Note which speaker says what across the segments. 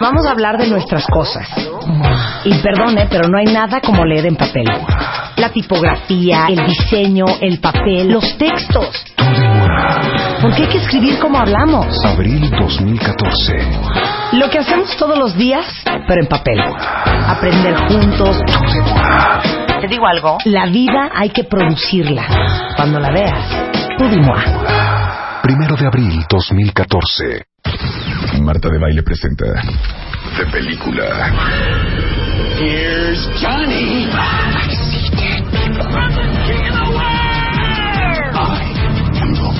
Speaker 1: Vamos a hablar de nuestras cosas. Y perdone, pero no hay nada como leer en papel. La tipografía, el diseño, el papel, los textos. Porque hay que escribir como hablamos.
Speaker 2: Abril 2014.
Speaker 1: Lo que hacemos todos los días, pero en papel. Aprender juntos. Te digo algo. La vida hay que producirla. Cuando la veas, tú dimoa.
Speaker 2: Primero de abril 2014. Marta de Baile presenta De Película.
Speaker 3: Here's Johnny.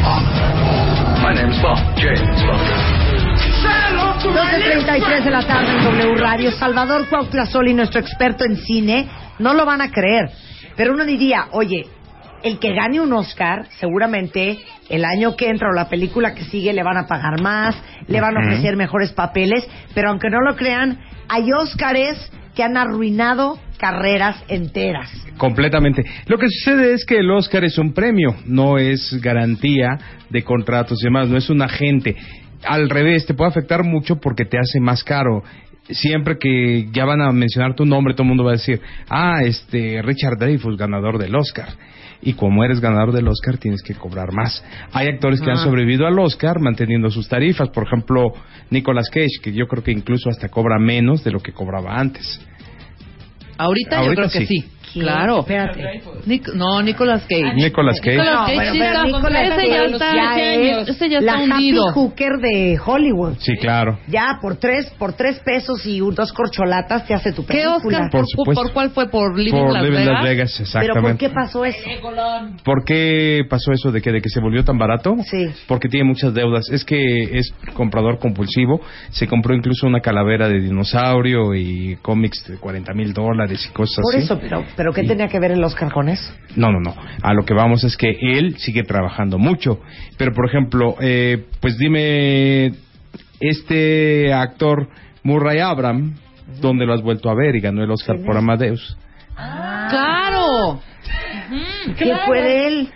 Speaker 4: My name's Bob, James Bob.
Speaker 1: 12.33 de la tarde en W Radio. Salvador Cuauhtla Soli, nuestro experto en cine, no lo van a creer. Pero uno diría, oye, el que gane un Oscar, seguramente el año que entra o la película que sigue le van a pagar más, le van a
Speaker 5: Ujú.
Speaker 1: ofrecer mejores papeles. Pero aunque no lo crean, hay Óscares que han arruinado carreras enteras.
Speaker 6: Completamente. Lo que sucede es que el Oscar es un premio, no es garantía de contratos y demás, no es un agente. Al revés, te puede afectar mucho porque te hace más caro. Siempre que ya van a mencionar tu nombre, todo el mundo va a decir, ah, este, Richard Dreyfus, ganador del Oscar. Y como eres ganador del Oscar, tienes que cobrar más. Hay actores que han
Speaker 7: Ah.
Speaker 6: sobrevivido al Oscar manteniendo sus tarifas. Por ejemplo, Nicolas Cage, que yo creo que incluso hasta cobra menos de lo que cobraba antes.
Speaker 8: Ahorita,
Speaker 6: Ahorita
Speaker 8: yo creo que
Speaker 6: sí.
Speaker 8: sí. Claro.
Speaker 1: Espérate.
Speaker 8: Nic- no, Nicolas Cage.
Speaker 6: Nicolas Cage.
Speaker 8: Nicolas
Speaker 1: No,
Speaker 8: Cage
Speaker 1: bueno,
Speaker 8: sí
Speaker 1: pero
Speaker 8: está-
Speaker 1: Nicolas
Speaker 8: ese ya
Speaker 1: Cage
Speaker 8: está,
Speaker 1: ya
Speaker 8: ese
Speaker 1: es
Speaker 8: año- ese ya está
Speaker 1: la
Speaker 8: hundido.
Speaker 1: happy hooker de Hollywood.
Speaker 6: Sí, claro.
Speaker 1: Ya por tres, por tres pesos y un- dos corcholatas te hace tu
Speaker 8: ¿Qué
Speaker 1: película.
Speaker 8: Oscar?
Speaker 6: Por supuesto.
Speaker 8: cuál fue? ¿Por Living
Speaker 6: por
Speaker 8: Las
Speaker 6: Living
Speaker 8: Vegas?
Speaker 6: Las Vegas,
Speaker 1: Pero ¿por
Speaker 6: exactamente.
Speaker 1: qué pasó eso?
Speaker 6: ¿Por qué pasó eso de que, de que se volvió tan barato? Porque tiene muchas deudas. Es que es comprador compulsivo. Se compró incluso una calavera de dinosaurio y cómics de 40 mil dólares y cosas
Speaker 1: Por
Speaker 6: así.
Speaker 1: eso, pero, pero ¿qué tenía que ver el Oscar con eso?
Speaker 6: No, no, no. A lo que vamos es que él sigue trabajando mucho. Pero, por ejemplo, eh, pues dime, este actor Murray Abram, ¿dónde lo has vuelto a ver? Y ganó el Oscar por Amadeus.
Speaker 8: ¡Claro!
Speaker 1: ¿Qué fue de él?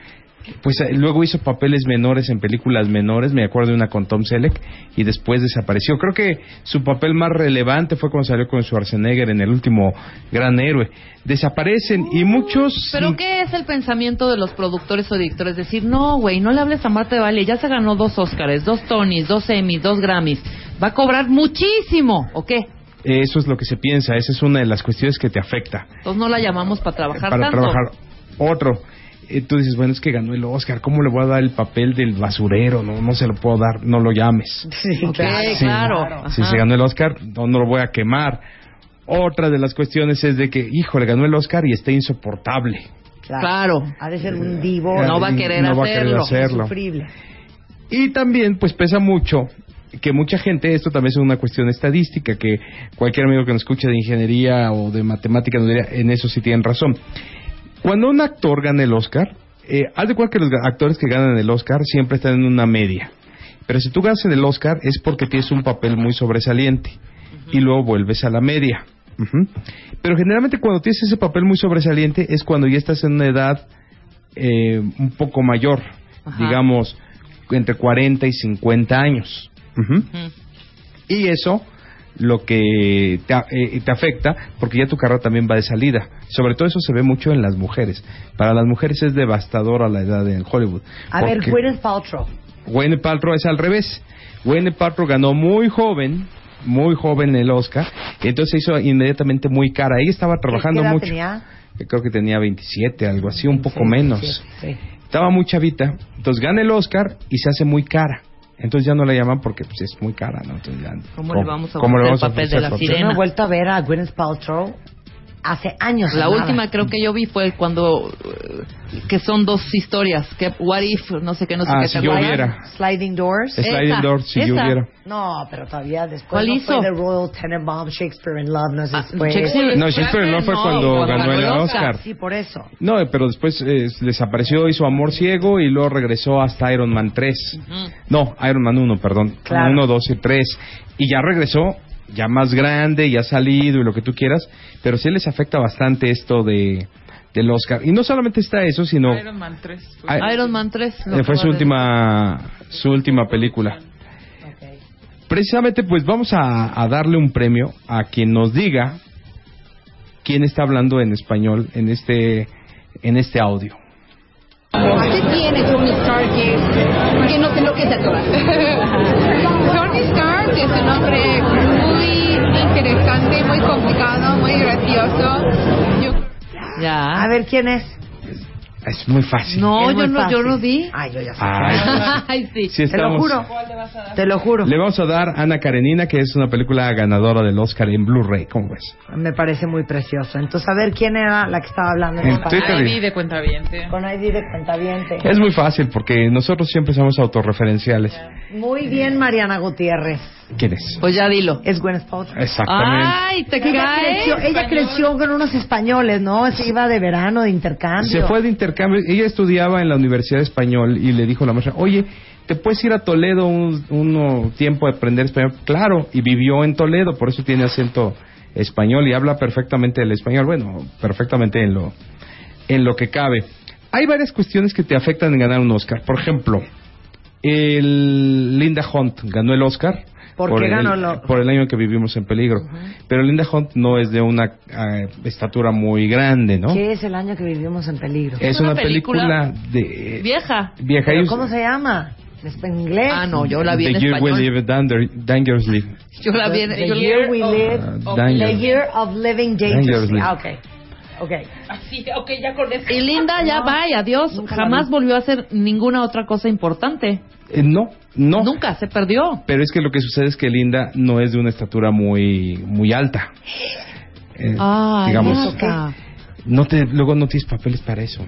Speaker 6: Pues eh, luego hizo papeles menores en películas menores, me acuerdo de una con Tom Selleck, y después desapareció. Creo que su papel más relevante fue cuando salió con Schwarzenegger en el último Gran Héroe. Desaparecen y muchos...
Speaker 8: Oh, ¿Pero qué es el pensamiento de los productores o directores? Decir, no, güey, no le hables a Marta de Valle, ya se ganó dos Oscars, dos Tonys, dos Emmys, dos Grammys. Va a cobrar muchísimo, ¿o qué?
Speaker 6: Eso es lo que se piensa, esa es una de las cuestiones que te afecta.
Speaker 8: Entonces no la llamamos para trabajar
Speaker 6: para
Speaker 8: tanto.
Speaker 6: trabajar otro. Eh, Tú dices, bueno, es que ganó el Oscar, ¿cómo le voy a dar el papel del basurero? No, no se lo puedo dar, no lo llames.
Speaker 1: Sí,
Speaker 8: claro.
Speaker 6: Sí.
Speaker 8: claro.
Speaker 6: Si
Speaker 8: Ajá.
Speaker 6: se ganó el Oscar, no, no lo voy a quemar. Otra de las cuestiones es de que, híjole, ganó el Oscar y está insoportable.
Speaker 8: Claro.
Speaker 1: Ha de ser un divo.
Speaker 6: No va a querer Eh, No va a querer hacerlo. hacerlo.
Speaker 1: Insufrible.
Speaker 6: Y también, pues pesa mucho que mucha gente, esto también es una cuestión estadística, que cualquier amigo que nos escuche de ingeniería o de matemáticas nos diría, en eso sí tienen razón. Cuando un actor gana el Oscar, eh, haz de cuenta que los ga- actores que ganan el Oscar siempre están en una media. Pero si tú ganas en el Oscar es porque tienes un papel muy sobresaliente y luego vuelves a la media. Ujú. Pero generalmente cuando tienes ese papel muy sobresaliente es cuando ya estás en una edad eh, un poco mayor, digamos entre 40 y 50 años. Ujú. Y eso lo que te, a- eh, te afecta porque ya tu carrera también va de salida. Sobre todo eso se ve mucho en las mujeres. Para las mujeres es devastadora la edad en Hollywood.
Speaker 1: A ver,
Speaker 6: Porque-
Speaker 1: Gwyneth Paltrow.
Speaker 6: Gwyneth Paltrow es al revés. Gwyneth Paltrow ganó muy joven, muy joven el Oscar, y entonces hizo inmediatamente muy cara. Ella estaba trabajando
Speaker 1: ¿Qué edad
Speaker 6: mucho.
Speaker 1: tenía?
Speaker 6: Yo Creo que tenía 27, algo así, un poco
Speaker 1: Sí,
Speaker 6: menos.
Speaker 1: sí, sí.
Speaker 6: Estaba muy chavita. Entonces gana el Oscar y se hace muy cara. Entonces ya no la llaman porque pues, es muy cara, ¿no? Entonces ya-
Speaker 8: ¿Cómo le vamos a
Speaker 6: cómo le
Speaker 8: ofrecer
Speaker 6: vamos a
Speaker 8: el papel de
Speaker 6: ofrecer
Speaker 8: la
Speaker 6: papel?
Speaker 8: sirena?
Speaker 1: Yo no he vuelto a ver a Gwyneth Paltrow hace años.
Speaker 8: La
Speaker 1: nada.
Speaker 8: última creo que yo vi fue cuando eh, que son dos historias, que What If, no sé qué, no sé
Speaker 6: Ah,
Speaker 8: qué.
Speaker 6: si
Speaker 8: ¿te
Speaker 6: yo
Speaker 8: acuerdas?
Speaker 6: hubiera.
Speaker 1: Sliding Doors.
Speaker 8: Es-
Speaker 6: Sliding
Speaker 8: Esa,
Speaker 6: Door, si yo
Speaker 8: esa.
Speaker 6: hubiera.
Speaker 1: No, pero todavía después.
Speaker 8: ¿Cuál
Speaker 1: no
Speaker 8: hizo?
Speaker 1: Fue The Royal Tenenbaum, Shakespeare in Love, no sé
Speaker 8: Ah,
Speaker 1: después.
Speaker 8: Shakespeare-
Speaker 6: No, Shakespeare no fue cuando ganó el Oscar.
Speaker 1: Sí, por eso.
Speaker 6: No, eh, pero después eh, desapareció, hizo Amor Ciego y luego regresó hasta Iron Man 3.
Speaker 8: Ujú.
Speaker 6: No, Iron Man 1, perdón.
Speaker 1: Claro.
Speaker 6: 1, 2 y 3. Y ya regresó, ya más grande, ya salido y lo que tú quieras. Pero sí les afecta bastante esto de del Oscar. Y no solamente está eso, sino
Speaker 9: Iron Man 3. fue.
Speaker 6: Ay,
Speaker 8: Ah, Iron Man 3. lo
Speaker 6: eh, fue
Speaker 8: acabo
Speaker 6: su
Speaker 8: de-
Speaker 6: última, su última película. Precisamente, pues vamos a, a darle un premio a quien nos diga quién está hablando en español en este, en este audio.
Speaker 5: ¿Qué tiene Tony Stark que, que nos enloquece a todas? Tony Stark es un hombre muy interesante, muy complicado, muy gracioso. Yo
Speaker 8: Ya.
Speaker 1: A ver quién es.
Speaker 6: Es muy fácil.
Speaker 8: Ah. No,
Speaker 1: Es
Speaker 8: yo
Speaker 1: muy
Speaker 8: no, yo
Speaker 1: fácil.
Speaker 8: no di.
Speaker 1: Ay, yo ya sé.
Speaker 6: Ay,
Speaker 8: Ay, sí.
Speaker 6: sí
Speaker 1: Te lo
Speaker 6: estamos-
Speaker 1: juro. Te lo juro.
Speaker 6: Le vamos a dar a Ana Karenina, que es una película ganadora del Oscar en Blu-ray. ¿Cómo ves?
Speaker 1: Me parece muy precioso. Entonces, a ver quién era la que estaba hablando.
Speaker 6: En Twitter.
Speaker 9: ID de cuenta
Speaker 1: Con ID de cuentaviente.
Speaker 6: Es muy fácil porque nosotros siempre somos autorreferenciales.
Speaker 1: Muy bien, Mariana Gutiérrez.
Speaker 6: ¿Quién es?
Speaker 8: Pues ya dilo.
Speaker 1: Es Gwyneth Paltrow.
Speaker 6: Exactamente.
Speaker 8: Ay, te
Speaker 1: Ella creció,
Speaker 8: caes.
Speaker 1: ella creció con unos españoles, ¿no? Se iba de verano, de intercambio.
Speaker 6: Se fue de intercambio. Ella estudiaba en la Universidad Español y le dijo a la maestra, oye, ¿te puedes ir a Toledo un, uno tiempo a aprender español? Claro, y vivió en Toledo, por eso tiene acento español y habla perfectamente el español. Bueno, perfectamente en lo, en lo que cabe. Hay varias cuestiones que te afectan en ganar un Oscar. Por ejemplo, el Linda Hunt ganó el Oscar.
Speaker 1: ¿Por qué ganó el Oscar?
Speaker 6: por el año que vivimos en peligro. Pero Linda Hunt no es de una eh, estatura muy grande, ¿no? Eh,
Speaker 1: ¿Qué es el año que vivimos en peligro?
Speaker 6: Es una,
Speaker 8: una
Speaker 6: película,
Speaker 8: película
Speaker 6: de
Speaker 8: Vieja.
Speaker 6: vieja.
Speaker 1: ¿Pero
Speaker 6: y-
Speaker 1: ¿Cómo se llama? ¿Es en inglés?
Speaker 8: Ah, no, yo la vi en
Speaker 6: The Year We
Speaker 8: español.
Speaker 6: Live Danger- Dangerously.
Speaker 8: Yo la vi en
Speaker 1: The
Speaker 8: yo oh, la-
Speaker 1: year we live.
Speaker 6: Ah,
Speaker 1: The
Speaker 6: Danger-
Speaker 1: year of living dangerously.
Speaker 6: Dangerously.
Speaker 1: Ah, ok. Ok.
Speaker 9: Así, ok, ya acordé.
Speaker 8: Y Linda, ya
Speaker 1: No,
Speaker 8: vaya, adiós.
Speaker 1: nunca la
Speaker 8: Jamás
Speaker 1: vi.
Speaker 8: volvió a hacer ninguna otra cosa importante.
Speaker 6: Eh, no, no.
Speaker 8: Nunca, se perdió.
Speaker 6: Pero es que lo que sucede es que Linda no es de una estatura muy muy alta. Eh,
Speaker 8: Ay,
Speaker 6: digamos,
Speaker 8: Linda.
Speaker 6: no te, luego no tienes papeles para eso.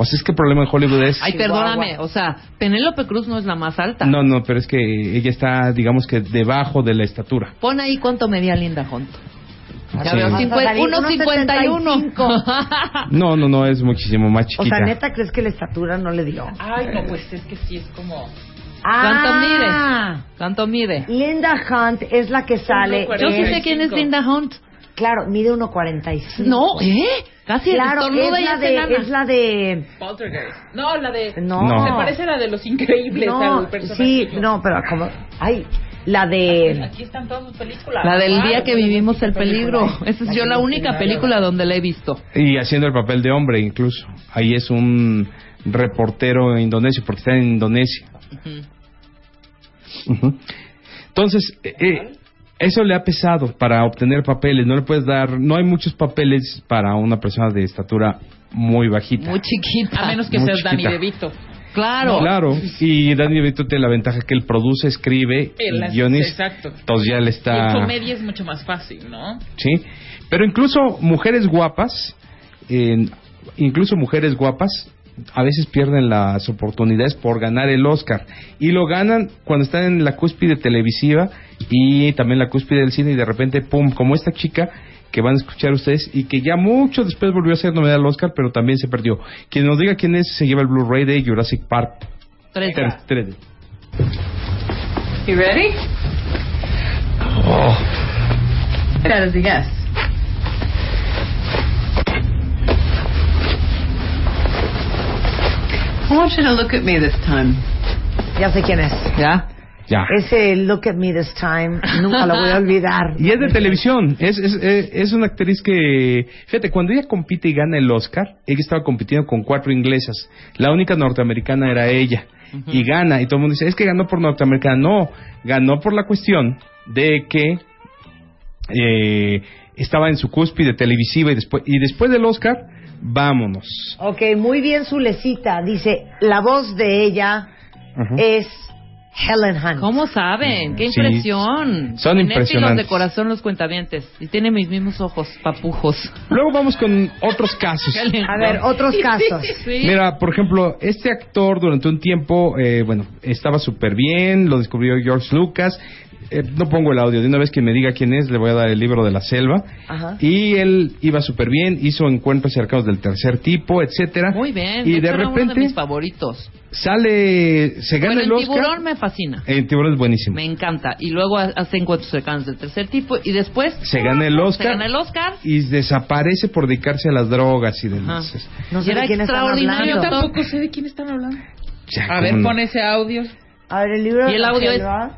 Speaker 6: O sea, es que el problema en Hollywood es...
Speaker 8: Ay, perdóname. O sea, Penélope Cruz no es la más alta.
Speaker 6: no, no, pero es que ella está, digamos que debajo de la estatura.
Speaker 8: Pon ahí cuánto medía Linda Hunt. Ya
Speaker 6: Sí.
Speaker 8: veo,
Speaker 1: Vas a
Speaker 8: cincu-
Speaker 1: salir
Speaker 8: 1.51.
Speaker 6: No, no, no, es muchísimo más
Speaker 1: O
Speaker 6: chiquita.
Speaker 1: sea, ¿neta crees que la estatura no le dio?
Speaker 9: Ay, no, pues es que sí es como.
Speaker 1: Ah.
Speaker 8: ¿Cuánto mide? ¿Cuánto mide?
Speaker 1: Linda Hunt es la que sale.
Speaker 8: Yo sí
Speaker 1: en-
Speaker 8: sé quién es Linda Hunt.
Speaker 1: Claro, mide 1.45.
Speaker 8: No, ¿eh? Casi
Speaker 1: Claro,
Speaker 8: estornuda
Speaker 1: es
Speaker 8: y
Speaker 1: la,
Speaker 8: hace
Speaker 1: de,
Speaker 8: nada.
Speaker 1: es la de...
Speaker 9: Poltergeist. No, la de.
Speaker 1: No.
Speaker 6: No.
Speaker 9: Se parece a la de los increíbles. al
Speaker 1: No,
Speaker 9: personaje.
Speaker 1: sí, no, eh. pero como... Ay, la de...
Speaker 9: Aquí están todas sus películas.
Speaker 8: La del día
Speaker 9: Claro.
Speaker 8: que vivimos el peligro.
Speaker 1: película.
Speaker 8: Esa es yo
Speaker 1: La
Speaker 8: la
Speaker 1: que
Speaker 8: única
Speaker 1: nos
Speaker 8: película donde la he visto.
Speaker 6: Y haciendo el papel de hombre incluso. Ahí es un reportero indonesio, porque está en Indonesia. Ujú. Entonces, eh, eh, eso le ha pesado para obtener papeles. No le puedes dar, no hay muchos papeles para una persona de estatura muy bajita.
Speaker 8: Muy chiquita.
Speaker 9: A menos que
Speaker 6: Muy
Speaker 9: seas Danny
Speaker 6: chiquita.
Speaker 9: DeVito.
Speaker 8: Claro.
Speaker 6: Claro, y Dani Vito tiene la ventaja que él produce, escribe,
Speaker 9: Él
Speaker 6: y
Speaker 9: hace-
Speaker 6: guiones,
Speaker 9: exacto.
Speaker 6: entonces ya le está...
Speaker 9: Y En comedia es mucho más fácil, ¿no?
Speaker 6: ¿sí? Pero incluso mujeres guapas, eh, incluso mujeres guapas, a veces pierden las oportunidades por ganar el Oscar. Y lo ganan cuando están en la cúspide televisiva y también la cúspide del cine y de repente, ¡pum!, como esta chica que van a escuchar ustedes y que ya mucho después volvió a ser nominada al Oscar, pero también se perdió. Quien nos diga quién es, se lleva el Blu-ray de Jurassic Park.
Speaker 8: Tres.
Speaker 6: Ter- tres.
Speaker 9: You ready?
Speaker 6: Oh,
Speaker 9: That is a guess.
Speaker 8: I want you to look at me this time.
Speaker 1: Ya sé quién es.
Speaker 8: ¿Ya?
Speaker 6: ya.
Speaker 1: Ese Look at Me This Time, nunca lo voy a olvidar.
Speaker 6: Y es de televisión, es, es, es- es una actriz que, fíjate, cuando ella compite y gana el Oscar, ella estaba compitiendo con cuatro inglesas, la única norteamericana era ella, y gana, y todo el mundo dice, es que ganó por norteamericana, no, ganó por la cuestión de que eh, estaba en su cúspide televisiva y después, y después del Oscar, vámonos.
Speaker 1: Ok, muy bien, Zulecita. Dice, la voz de ella
Speaker 6: Ajá.
Speaker 1: es Helen Hunt.
Speaker 8: ¿Cómo saben? ¡Qué
Speaker 6: Sí.
Speaker 8: impresión!
Speaker 6: Son
Speaker 8: Cinéfilos
Speaker 6: impresionantes.
Speaker 8: de corazón los cuentavientes. Y tiene mis mismos ojos, papujos.
Speaker 6: Luego vamos con otros casos.
Speaker 1: A ver, otros casos.
Speaker 8: Sí.
Speaker 6: Mira, por ejemplo, este actor durante un tiempo, eh, bueno, estaba súper bien, lo descubrió George Lucas. Eh, no pongo el audio, de una vez que me diga quién es, le voy a dar el libro de la selva.
Speaker 8: Ajá.
Speaker 6: Y él iba súper bien, hizo encuentros cercanos del tercer tipo, etcétera.
Speaker 8: Muy bien.
Speaker 6: Y
Speaker 8: hecho,
Speaker 6: de
Speaker 8: era Uno de
Speaker 6: repente
Speaker 8: mis favoritos.
Speaker 6: sale, se gana
Speaker 8: Bueno,
Speaker 6: el
Speaker 8: el
Speaker 6: Oscar.
Speaker 8: tiburón me fascina.
Speaker 6: El tiburón es buenísimo.
Speaker 8: Me encanta. Y luego ha- hace encuentros cercanos del tercer tipo. Y después.
Speaker 6: Se gana el Oscar.
Speaker 8: Se gana el Oscar.
Speaker 6: Y desaparece por dedicarse a las drogas y demás.
Speaker 1: No
Speaker 8: Y
Speaker 1: sé
Speaker 8: era
Speaker 1: de quién están
Speaker 8: extraordinario.
Speaker 1: hablando.
Speaker 8: Yo tampoco.
Speaker 9: Tampoco sé de quién están hablando.
Speaker 6: Ya,
Speaker 9: A ver,
Speaker 6: ¿cómo no?
Speaker 9: pon ese audio.
Speaker 1: A ver, el libro
Speaker 8: Y
Speaker 1: de
Speaker 8: el
Speaker 1: la
Speaker 8: audio es-
Speaker 1: selva.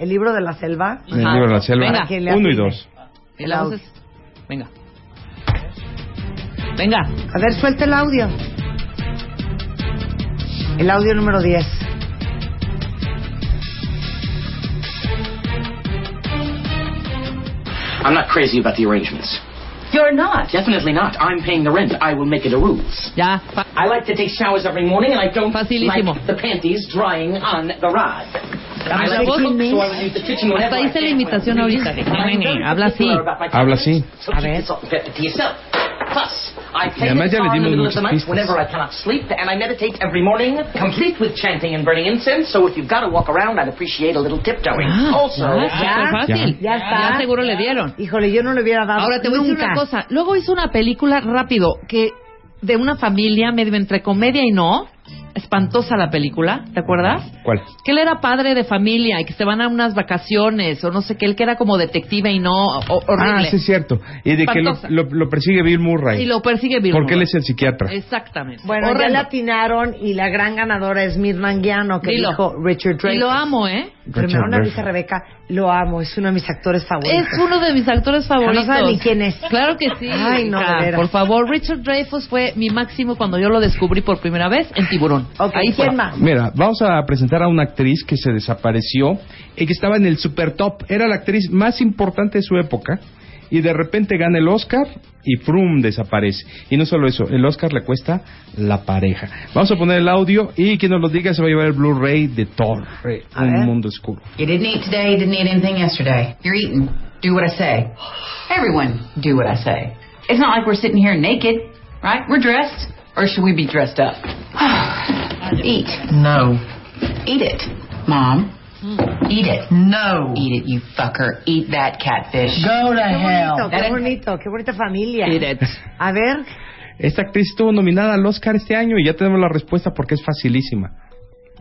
Speaker 1: El libro de la selva.
Speaker 6: El libro de la selva.
Speaker 8: Venga.
Speaker 1: Que le
Speaker 6: Uno y
Speaker 1: atine.
Speaker 6: dos.
Speaker 8: Y la voz es- Venga. Venga.
Speaker 1: A ver, suelta el audio. El audio número 10.
Speaker 4: I'm not crazy about the arrangements.
Speaker 7: You're not.
Speaker 4: Definitely not. I'm paying the rent. I will make it a rules.
Speaker 8: Ya. fa-
Speaker 7: I like to take showers every morning, and I don't
Speaker 8: Facilísimo.
Speaker 7: like the panties drying on the rod. I
Speaker 8: La
Speaker 7: like
Speaker 8: voz-
Speaker 7: to cook, so I will use the kitchen whenever
Speaker 8: Hasta
Speaker 7: I
Speaker 8: hice la
Speaker 7: can when
Speaker 8: imitación
Speaker 7: I'm
Speaker 8: ahorita. de
Speaker 7: cleaning. I'm very
Speaker 8: Jiménez. Habla así.
Speaker 7: particular about my
Speaker 6: Habla así.
Speaker 7: So keep this all pepper to yourself. Plus, I
Speaker 6: Y
Speaker 7: play
Speaker 6: además ya
Speaker 7: guitar
Speaker 6: le
Speaker 7: in
Speaker 6: dimos
Speaker 7: the middle of the
Speaker 6: muchas
Speaker 7: night
Speaker 6: pistas.
Speaker 7: whenever I cannot sleep, and I meditate every morning, complete with chanting and burning incense. So if you've got to walk around, I'd appreciate a little tiptoeing.
Speaker 8: Ah,
Speaker 7: also,
Speaker 8: ya, súper fácil.
Speaker 1: Ya está.
Speaker 8: Ya seguro le dieron.
Speaker 1: Híjole, yo no le hubiera dado.
Speaker 8: Ahora te voy a decir
Speaker 1: nunca.
Speaker 8: una cosa. Luego hizo una película rápido que de una familia medio entre comedia y no. Espantosa la película, ¿te acuerdas?
Speaker 6: ¿Cuál?
Speaker 8: Que él era padre de familia y que se van a unas vacaciones o no sé qué, él que era como detective y no, o-
Speaker 6: Ah,
Speaker 8: horrible.
Speaker 6: sí, es cierto. Y de que lo,
Speaker 8: Espantosa.
Speaker 6: lo- lo persigue Bill Murray.
Speaker 8: Y lo persigue Bill
Speaker 6: Porque él
Speaker 8: Murray.
Speaker 6: es el psiquiatra.
Speaker 8: Exactamente.
Speaker 1: Bueno, ya
Speaker 8: Horrendo.
Speaker 1: le atinaron y la gran ganadora es Mir Mangiano, que
Speaker 8: Dilo.
Speaker 1: dijo Richard Drake.
Speaker 8: Y lo amo, ¿eh?
Speaker 1: Primero una
Speaker 6: Richard
Speaker 1: dice Rebeca, lo amo, es uno de mis actores
Speaker 8: Es
Speaker 1: favoritos.
Speaker 8: uno de mis actores favoritos.
Speaker 1: No sabe ni quién es.
Speaker 8: Claro que sí.
Speaker 1: Ay, no, de
Speaker 8: hija,
Speaker 1: veras.
Speaker 8: Por favor, Richard Dreyfuss fue mi máximo cuando yo lo descubrí por primera vez en Tiburón.
Speaker 1: Ok,
Speaker 8: Ahí fue.
Speaker 1: ¿quién más?
Speaker 6: Mira, vamos a presentar a una actriz que se desapareció y que estaba en el super top. Era la actriz más importante de su época. Y de repente gana el Oscar y Frum desaparece. Y no solo eso, el Oscar le cuesta la pareja. Vamos a poner el audio y quien nos lo diga se va a llevar el Blu-ray de Thor, eh,
Speaker 1: A
Speaker 6: Un
Speaker 1: ver.
Speaker 6: Mundo Oscuro.
Speaker 10: You didn't eat today, you didn't eat anything yesterday. You're eating. Do what I say. Everyone, do what I say. It's not like we're sitting here naked, right? We're dressed. Or should we be dressed up? eat. No. Eat it, Mom. Eat it. No. Eat it, you fucker. Eat that catfish. Go to hell.
Speaker 1: Qué bonito, qué
Speaker 10: That is-
Speaker 1: bonito, qué bonita familia.
Speaker 10: Eat it.
Speaker 1: A ver,
Speaker 6: Esta actriz estuvo nominada al Oscar este año y ya tenemos la respuesta porque es facilísima.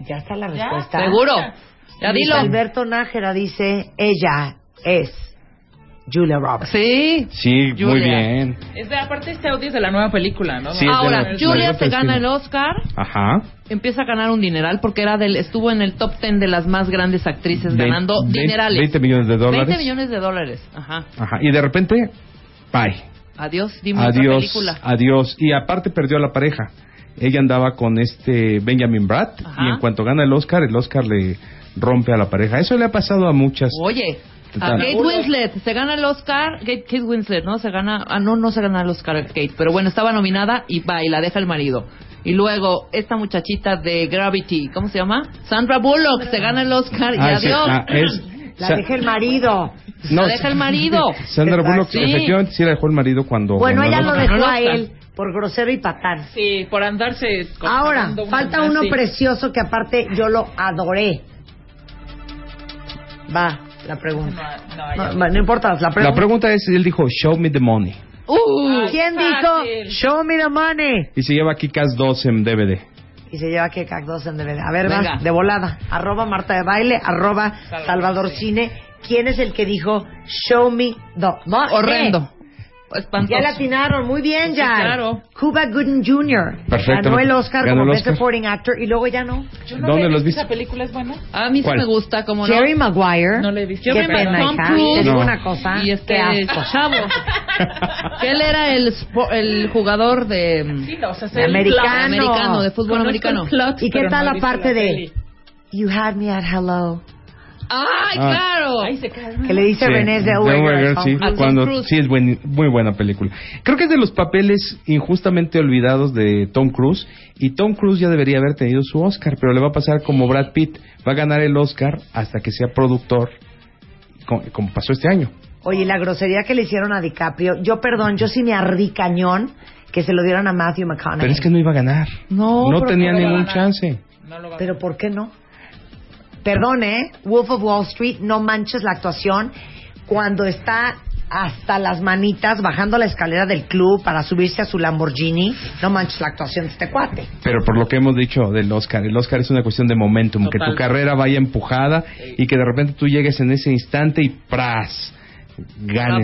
Speaker 1: ya está la respuesta.
Speaker 8: Seguro. Ya
Speaker 1: Luis
Speaker 8: dilo.
Speaker 1: Alberto Nájera dice, ella es Julia Roberts.
Speaker 8: Sí.
Speaker 6: Sí, muy
Speaker 8: Julia.
Speaker 6: bien.
Speaker 9: Es de, aparte, este audio es de la nueva película, ¿no?
Speaker 6: Sí, es de
Speaker 8: Ahora,
Speaker 6: la-
Speaker 8: Julia
Speaker 6: la-
Speaker 8: se gana el Oscar,
Speaker 6: Ajá.
Speaker 8: empieza a ganar un dineral porque era del, estuvo en el top 10 de las más grandes actrices
Speaker 6: Ve-
Speaker 8: ganando
Speaker 6: ve-
Speaker 8: dinerales.
Speaker 6: 20 millones de dólares.
Speaker 8: 20 millones de dólares. Ajá.
Speaker 6: Ajá. Y de repente, bye.
Speaker 8: Adiós, dime otra
Speaker 6: Adiós.
Speaker 8: película.
Speaker 6: Adiós. Y aparte perdió a la pareja. Ella andaba con este Benjamin Bratt
Speaker 8: Ajá.
Speaker 6: y en cuanto gana el Oscar, el Oscar le rompe a la pareja. Eso le ha pasado a muchas.
Speaker 8: Oye, a
Speaker 6: Total.
Speaker 8: Kate Winslet se gana el Oscar. Kate, Kate Winslet, ¿no? Se gana. Ah, no, no se gana el Oscar Kate. Pero bueno, estaba nominada y va y la deja el marido. Y luego, esta muchachita de Gravity, ¿cómo se llama? Sandra Bullock se gana el Oscar y
Speaker 6: Ah, sí,
Speaker 8: adiós.
Speaker 6: ah, es-
Speaker 1: La
Speaker 6: Sa-
Speaker 1: deja el marido.
Speaker 6: no,
Speaker 8: la deja el marido.
Speaker 6: Sandra Bullock,
Speaker 8: Sí.
Speaker 6: efectivamente, sí la dejó el marido cuando.
Speaker 1: Bueno,
Speaker 6: ganó
Speaker 1: ella
Speaker 6: el
Speaker 1: lo
Speaker 6: Oscar.
Speaker 1: dejó a
Speaker 8: Oscar.
Speaker 1: él por grosero y patán.
Speaker 9: Sí, por andarse.
Speaker 1: Ahora,
Speaker 9: cortando una-
Speaker 1: falta uno
Speaker 9: así.
Speaker 1: precioso que aparte yo lo adoré. Va, la pregunta.
Speaker 9: No, no, ya.
Speaker 1: No, no importa, la
Speaker 6: La
Speaker 1: pregunta.
Speaker 6: pregunta es: él dijo, Show me the money.
Speaker 8: Uh,
Speaker 1: ¿Quién
Speaker 9: fácil.
Speaker 1: dijo? Show me the money.
Speaker 6: Y se lleva Kikas 2 en DVD.
Speaker 1: Y se lleva que CAC 2 en DVD. A ver,
Speaker 8: Venga.
Speaker 1: vas, de volada. Arroba Marta de Baile, arroba
Speaker 9: Salvador
Speaker 1: Salvador Cine. ¿Quién es el que dijo Show me the money? Eh,
Speaker 8: horrendo. Espantoso.
Speaker 1: Ya latinaron, muy bien,
Speaker 8: Sí,
Speaker 1: ya.
Speaker 8: claro.
Speaker 1: Cuba Gooden Jr.
Speaker 6: Perfecto.
Speaker 1: Ganó el Oscar
Speaker 6: Ganó
Speaker 1: como
Speaker 6: el
Speaker 1: Best
Speaker 6: Oscar.
Speaker 1: Supporting Actor y luego ya no.
Speaker 9: Yo no
Speaker 6: ¿Dónde
Speaker 9: la he
Speaker 6: los
Speaker 9: visto, ¿Esa
Speaker 6: viste?
Speaker 9: película es buena?
Speaker 8: A mí sí
Speaker 6: ¿Cuál?
Speaker 8: me gusta, como no.
Speaker 1: Jerry Maguire.
Speaker 9: No le he visto.
Speaker 1: Qué
Speaker 9: Jerry
Speaker 1: pena,
Speaker 9: Maguire.
Speaker 1: hija.
Speaker 8: Tom
Speaker 1: Te
Speaker 8: Cruise.
Speaker 1: digo
Speaker 6: No.
Speaker 1: una cosa.
Speaker 8: Y este
Speaker 1: Qué asco.
Speaker 8: chavo. que él era el, spo- el jugador de.
Speaker 9: Sí, no, o sea, es
Speaker 1: De
Speaker 9: el
Speaker 1: americano.
Speaker 8: Americano, de fútbol
Speaker 9: Conozco
Speaker 8: americano.
Speaker 9: el plot,
Speaker 1: ¿Y qué
Speaker 9: pero
Speaker 1: tal
Speaker 9: no he
Speaker 1: la
Speaker 9: visto
Speaker 1: parte de
Speaker 9: peli.
Speaker 1: You had me at hello?
Speaker 8: ¡Ay,
Speaker 6: Ah.
Speaker 8: claro!
Speaker 1: Que le dice
Speaker 6: Sí,
Speaker 1: René de
Speaker 6: Zellweger, sí, cuando-
Speaker 8: Cruz.
Speaker 6: sí, es buen- muy buena película. Creo que es de los papeles injustamente olvidados de Tom Cruise. Y Tom Cruise ya debería haber tenido su Oscar, pero le va a pasar como Brad Pitt. Va a ganar el Oscar hasta que sea productor, co- como pasó este año.
Speaker 1: Oye, la grosería que le hicieron a DiCaprio. Yo, perdón, yo sí me ardí cañón que se lo dieran a Matthew McConaughey.
Speaker 6: Pero es que no iba a ganar.
Speaker 1: No,
Speaker 6: no
Speaker 1: pero
Speaker 6: tenía
Speaker 1: no lo
Speaker 6: ningún
Speaker 1: van a-
Speaker 6: chance.
Speaker 1: Pero ¿por qué no? Perdón, ¿eh? Wolf of Wall Street, no manches la actuación cuando está hasta las manitas bajando la escalera del club para subirse a su Lamborghini. No manches la actuación de este cuate.
Speaker 6: Pero por lo que hemos dicho del Oscar, el Oscar es una cuestión de momentum, que
Speaker 1: Total.
Speaker 6: tu carrera vaya empujada y que de repente tú llegues en ese instante y ¡pras! Ganes.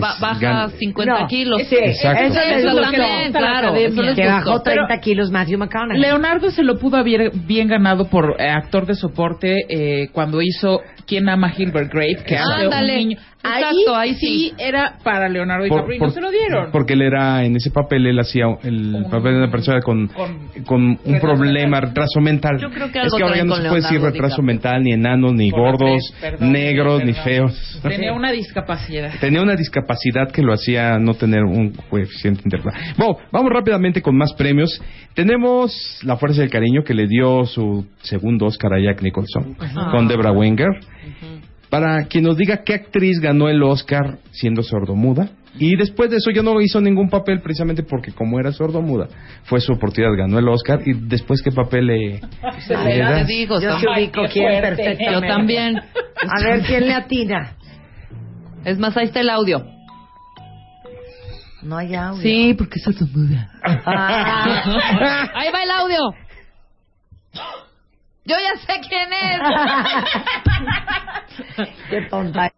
Speaker 8: Ah, Ba- baja
Speaker 6: Ah, gan-
Speaker 8: 50
Speaker 1: No,
Speaker 8: kilos.
Speaker 1: sí,
Speaker 6: Exacto.
Speaker 8: Eso es lo que le gusta a la
Speaker 9: claro,
Speaker 8: academia.
Speaker 9: eso les
Speaker 1: Que
Speaker 9: gustó.
Speaker 1: bajó 30
Speaker 9: Pero-
Speaker 1: kilos Matthew McConaughey.
Speaker 9: Leonardo se lo pudo haber bien ganado por eh, actor de soporte eh, cuando hizo ¿Quién ama a Hilbert Grape?
Speaker 1: Ah,
Speaker 9: Que hace
Speaker 8: Ándale.
Speaker 9: un niño. Ahí,
Speaker 8: Exacto, ahí
Speaker 9: sí era para Leonardo
Speaker 6: Por-
Speaker 9: DiCaprio y no
Speaker 6: por-
Speaker 9: se lo dieron.
Speaker 6: Porque él era, en ese papel, él hacía el papel de una persona con, con, un problema, retraso mental.
Speaker 8: Yo creo que
Speaker 6: es
Speaker 8: algo
Speaker 6: que ahora ya
Speaker 8: traen
Speaker 6: no
Speaker 8: con
Speaker 6: se puede decir
Speaker 8: Leonardo
Speaker 6: retraso
Speaker 8: DiCaprio.
Speaker 6: mental, ni enanos, ni
Speaker 9: Por la
Speaker 6: gordos,
Speaker 9: fe, perdón,
Speaker 6: negros, ni
Speaker 9: perdón.
Speaker 6: feos.
Speaker 9: Tenía una discapacidad.
Speaker 6: Tenía una discapacidad que lo hacía no tener un coeficiente intelectual. Bueno, vamos rápidamente con más premios. Tenemos La Fuerza del Cariño, que le dio su segundo Oscar a Jack Nicholson,
Speaker 11: Ajá.
Speaker 6: con Debra Wenger. Para quien nos diga qué actriz ganó el Oscar siendo sordomuda. Y después de eso ya no hizo ningún papel precisamente porque como era sordomuda, fue su oportunidad, ganó el Oscar y después qué papel le...
Speaker 8: Se
Speaker 6: le
Speaker 8: la
Speaker 6: das?
Speaker 8: digo,
Speaker 1: Yo sí
Speaker 8: Sam.
Speaker 1: ubico
Speaker 8: Ay, qué
Speaker 1: quién
Speaker 8: fuerte.
Speaker 1: perfectamente.
Speaker 8: Yo también.
Speaker 1: A ver, ¿quién le atina?
Speaker 8: Es más, ahí está el audio.
Speaker 1: No hay audio.
Speaker 8: Sí, porque eso te muda.
Speaker 1: Ah.
Speaker 8: Ahí va el audio. Yo ya sé quién es.
Speaker 1: Qué tonta.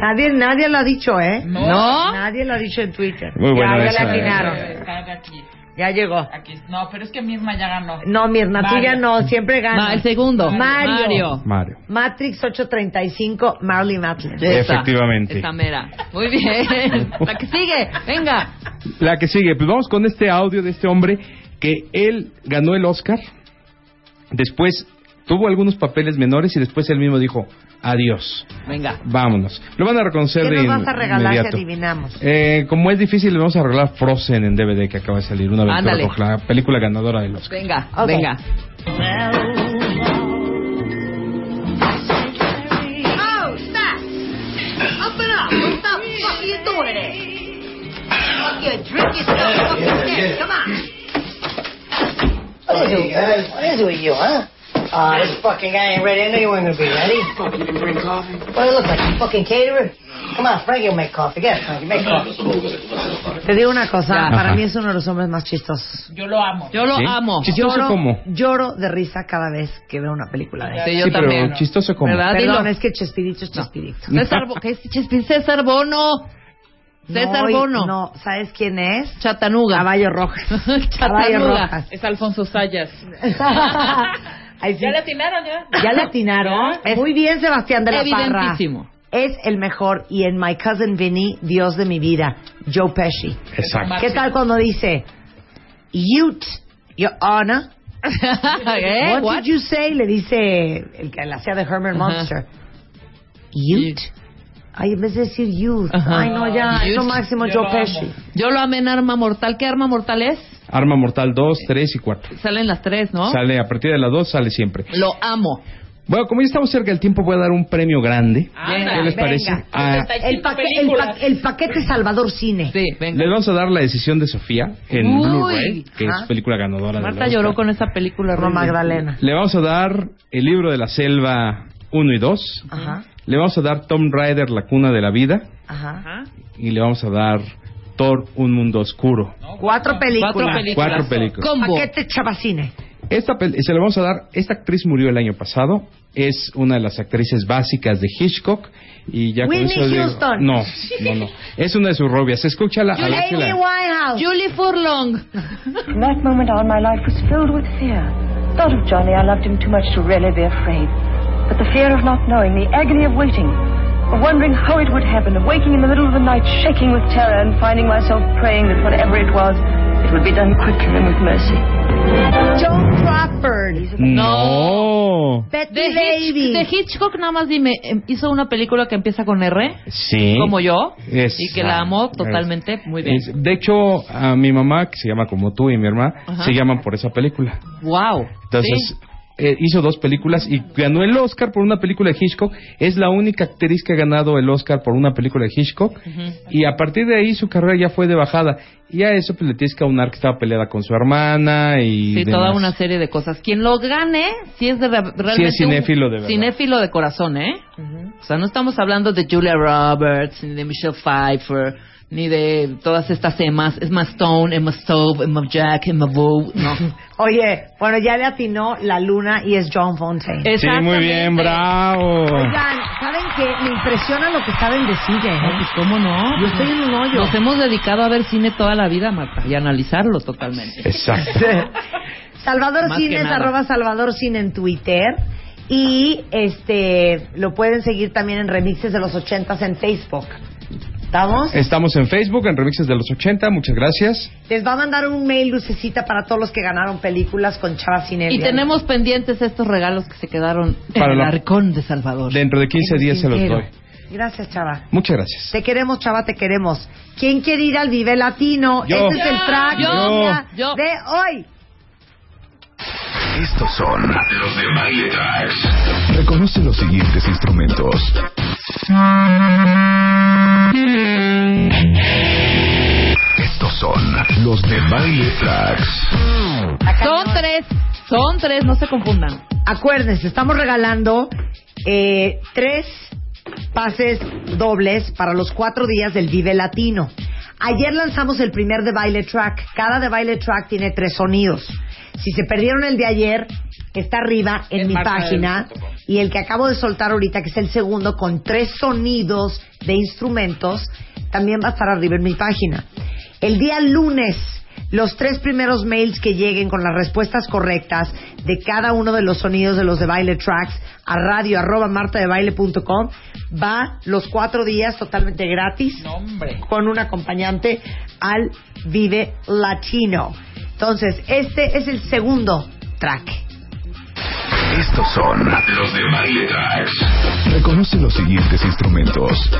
Speaker 1: Nadie, nadie lo ha dicho, ¿eh?
Speaker 9: No.
Speaker 1: Nadie lo ha dicho en Twitter.
Speaker 6: Muy buena
Speaker 1: ya, ya
Speaker 6: esa,
Speaker 1: le atinaron.
Speaker 9: Eh, está aquí,
Speaker 1: Ya llegó.
Speaker 9: aquí. No, pero es que Mirna ya ganó.
Speaker 1: No, Mirna, tú ya no, siempre gana.
Speaker 8: Ma- el segundo.
Speaker 1: Mario.
Speaker 8: Mario.
Speaker 6: Mario.
Speaker 1: Matrix 835, Marley Matlin.
Speaker 6: Esa, Efectivamente.
Speaker 8: Esa mera. Muy bien. La que sigue. Venga.
Speaker 6: La que sigue, pues vamos con este audio de este hombre que él ganó el Oscar, después tuvo algunos papeles menores y después él mismo dijo, adiós,
Speaker 8: Venga.
Speaker 6: vámonos. Lo van a reconocer
Speaker 1: ¿Qué
Speaker 6: de
Speaker 1: nos vas a regalar si
Speaker 6: inmediato.
Speaker 1: adivinamos?
Speaker 6: Eh, como es difícil, le vamos a regalar Frozen en DVD que acaba de salir, una aventura
Speaker 8: Ándale.
Speaker 6: roja, la película ganadora del Oscar.
Speaker 8: Venga.
Speaker 1: Ok.
Speaker 8: Venga.
Speaker 11: Oh, Max! Open up! What the fuck are you doing it? Fuck you, drink yourself fucking dead. Come on.
Speaker 12: What is it, guys? What is it with you, huh? Uh, this fucking guy ain't ready. I knew you weren't gonna be ready. Fucking didn't bring coffee. What do you look like? You fucking caterer? Come on, Frankie will make coffee. Get it, Frankie. Make coffee.
Speaker 1: Te digo una cosa,
Speaker 12: Ya.
Speaker 1: para
Speaker 12: Ajá.
Speaker 1: mí es uno de los hombres más chistosos.
Speaker 9: Yo lo amo.
Speaker 8: Yo lo
Speaker 6: ¿Sí?
Speaker 8: amo.
Speaker 6: ¿Chistoso
Speaker 1: lloro,
Speaker 6: cómo?
Speaker 1: lloro de risa cada vez que veo una película de él.
Speaker 8: Sí, yo Sí, pero también. chistoso cómo. ¿Verdad?
Speaker 1: Perdón,
Speaker 8: Dilo.
Speaker 1: es que Chespirito es Chespirito.
Speaker 8: César, Bo- ¿qué es Chespin? César Bono. César
Speaker 1: No, y-
Speaker 8: Bono.
Speaker 1: No, ¿sabes quién es?
Speaker 8: Chatanuga.
Speaker 1: Caballo Rojas. Caballo
Speaker 8: Chatanuga.
Speaker 1: Rojas.
Speaker 9: Es Alfonso Sayas.
Speaker 1: Ay, sí.
Speaker 9: Ya le atinaron, ya.
Speaker 1: Ya le atinaron. Muy bien, Sebastián de la Parra.
Speaker 8: Evidentísimo.
Speaker 1: Es el mejor y en My Cousin Vinny, Dios de mi vida, Joe Pesci.
Speaker 8: Ah,
Speaker 6: Exacto.
Speaker 1: ¿Qué tal cuando dice, Youth, Your Honor?
Speaker 8: ¿Eh?
Speaker 1: What,
Speaker 8: What?
Speaker 1: did you say? Le dice el que la hacía de Herman
Speaker 8: Ajá.
Speaker 1: Monster. Youth. Ay, en vez de decir youth. Ay, no, ya. Es lo
Speaker 8: Youth.
Speaker 1: máximo Joe
Speaker 8: Yo lo
Speaker 1: Pesci.
Speaker 8: amo. Yo lo amé en Arma Mortal. ¿Qué Arma Mortal es?
Speaker 6: Arma Mortal 2, 3 y 4.
Speaker 8: Salen las tres, ¿no?
Speaker 6: Sale a partir de la 2, sale siempre.
Speaker 8: Lo amo.
Speaker 6: Bueno, como ya estamos cerca del tiempo, voy a dar un premio grande.
Speaker 1: Ah,
Speaker 8: Venga,
Speaker 6: ¿Qué les
Speaker 8: venga.
Speaker 6: parece? A-
Speaker 1: El, paque- el, pa- el paquete Salvador Cine.
Speaker 8: Sí,
Speaker 6: Les vamos a dar la decisión de Sofía en
Speaker 8: Uy.
Speaker 6: Blu-ray, que
Speaker 8: Ajá.
Speaker 6: es película ganadora de
Speaker 8: Marta lloró con esa película.
Speaker 1: Roma
Speaker 8: horrible.
Speaker 1: Magdalena.
Speaker 6: Le vamos a dar el libro de la selva 1 y 2.
Speaker 1: Ajá,
Speaker 6: Le vamos a dar Tom Rider, La cuna de la vida.
Speaker 1: ajá.
Speaker 6: Y le vamos a dar Thor, Un mundo oscuro.
Speaker 1: Cuatro películas.
Speaker 6: Cuatro películas. Cuatro películas. Combo.
Speaker 1: Paquete Chavacine.
Speaker 6: Esta pel- se la vamos a dar. Esta actriz murió el año pasado. Es una de las actrices básicas de Hitchcock. Y ya con
Speaker 1: Whitney
Speaker 6: eso digo-
Speaker 1: Houston.
Speaker 6: no, no, no. Es una de sus rubias. Escúchala. a ver si la-
Speaker 1: Amy Winehouse.
Speaker 8: Julie Furlong.
Speaker 13: From that moment on, my life was filled with fear. Not of Johnny, I loved him too much to really be afraid. But the fear of not knowing, the agony of waiting, of wondering how it would happen, of waking in the middle of the night shaking with terror and finding myself praying that whatever it was, It will be done quickly and with mercy.
Speaker 1: Joan Crawford.
Speaker 6: Mm. No.
Speaker 1: Betty
Speaker 8: de, Hitch- de Hitchcock nada más dime, em, hizo una película que empieza con R,
Speaker 6: Sí.
Speaker 8: como yo,
Speaker 6: Es-
Speaker 8: y que la amo totalmente, muy bien.
Speaker 6: Es- de hecho, a mi mamá, que se llama como tú y mi hermana,
Speaker 8: Ajá.
Speaker 6: se llaman por esa película.
Speaker 8: Wow.
Speaker 6: Entonces, eh, hizo dos películas y ganó el Oscar por una película de Hitchcock. Es la única actriz que ha ganado el Oscar por una película de Hitchcock. Y a partir de ahí su carrera ya fue de bajada. Y a eso pues, le tienes que aunar que estaba peleada con su hermana y.
Speaker 8: Sí,
Speaker 6: demás.
Speaker 8: toda una serie de cosas. Quien lo gane, si es de re- realmente un
Speaker 6: cinéfilo de verdad.
Speaker 8: cinéfilo de corazón, ¿eh? O sea, no estamos hablando de Julia Roberts, ni de Michelle Pfeiffer, ni de todas estas Emmas, Emma Stone, Emma Stove, Emma Jack, Emma Wu, no.
Speaker 1: Oye, bueno, ya le atinó la luna y es John Fontaine.
Speaker 6: Sí, muy bien, bravo.
Speaker 1: Oigan, ¿saben qué? Me impresiona lo que saben de cine. ¿eh?
Speaker 8: pues, ¿Cómo no?
Speaker 1: Yo estoy en un hoyo.
Speaker 8: Nos hemos dedicado a ver cine toda la vida, Marta, y a analizarlo totalmente.
Speaker 6: Exacto.
Speaker 1: Salvador
Speaker 8: Más que
Speaker 1: Cines,
Speaker 8: nada.
Speaker 1: arroba Salvador Cine en Twitter. Y este lo pueden seguir también en remixes de los ochentas en Facebook. ¿Estamos?
Speaker 6: Estamos en Facebook, en Remixes de los 80. Muchas gracias.
Speaker 1: Les va a mandar un mail lucecita para todos los que ganaron películas con Chava Cine.
Speaker 8: Y tenemos pendientes estos regalos que se quedaron
Speaker 6: Para
Speaker 8: en el
Speaker 6: la-
Speaker 8: arcón de Salvador.
Speaker 6: Dentro de 15 días se los
Speaker 1: Sincero.
Speaker 6: doy.
Speaker 1: Gracias, Chava.
Speaker 6: Muchas gracias.
Speaker 1: Te queremos, Chava, te queremos. ¿Quién quiere ir al Vive Latino?
Speaker 2: Yo.
Speaker 1: Este es el track
Speaker 2: Yo.
Speaker 1: niña, de hoy.
Speaker 2: Estos son los de Baile Tracks. Reconoce los siguientes instrumentos. Estos son los de Baile Tracks.
Speaker 8: Son tres, son tres, no se confundan.
Speaker 1: Acuérdense, estamos regalando eh, tres pases dobles para los cuatro días del Vive Latino. Ayer lanzamos el primer de baile track. Cada de baile track tiene tres sonidos. Si se perdieron el de ayer, está arriba en mi
Speaker 9: Marta
Speaker 1: página.
Speaker 9: del Mundo.
Speaker 1: Y el que acabo de soltar ahorita, que es el segundo, con tres sonidos de instrumentos, también va a estar arriba en mi página. El día lunes, los tres primeros mails que lleguen con las respuestas correctas de cada uno de los sonidos de los de baile tracks a radio arroba martadebaile.com va los cuatro días totalmente gratis con un acompañante al Vive Latino. Entonces, este es el segundo track.
Speaker 2: Estos son los de Baile Tracks. Reconoce los siguientes instrumentos.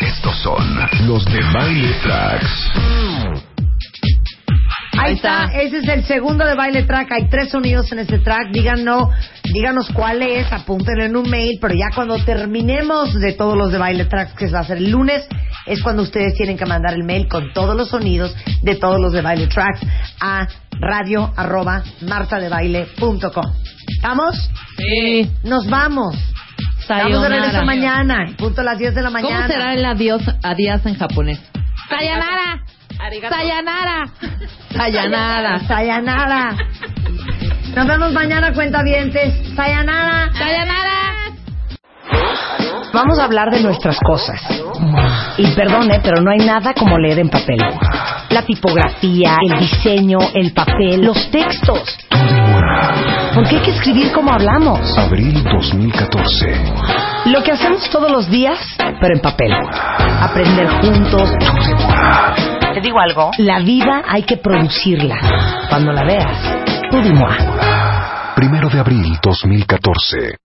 Speaker 2: Estos son los de Baile Tracks.
Speaker 1: Ahí está. ese es el segundo de baile track. Hay tres sonidos en ese track. Díganos, díganos cuál es, apúntenlo en un mail. Pero ya cuando terminemos de todos los de baile tracks, que va a ser el lunes, es cuando ustedes tienen que mandar el mail con todos los sonidos de todos los de baile tracks a radio arroba martadebaile.com. ¿Estamos?
Speaker 8: Sí.
Speaker 1: Nos vamos. Estamos de
Speaker 8: Sayonara.
Speaker 1: regreso mañana, en punto a las 10 de la mañana.
Speaker 8: ¿Cómo será el adiós, adiós en japonés?
Speaker 1: Sayonara. Sayanara.
Speaker 8: Sayonara.
Speaker 1: Sayanara. Nos vemos mañana, cuentavientes. Sayanara. Sayanara. Vamos a hablar de nuestras cosas. Y perdone, pero no hay nada como leer en papel. La tipografía, el diseño, el papel, los textos. Porque hay que escribir como hablamos.
Speaker 2: Abril 2014.
Speaker 1: Lo que hacemos todos los días, pero en papel. Aprender juntos. Te digo algo. La vida hay que producirla. Cuando la veas, tú dimoa.
Speaker 2: Primero de abril 2014.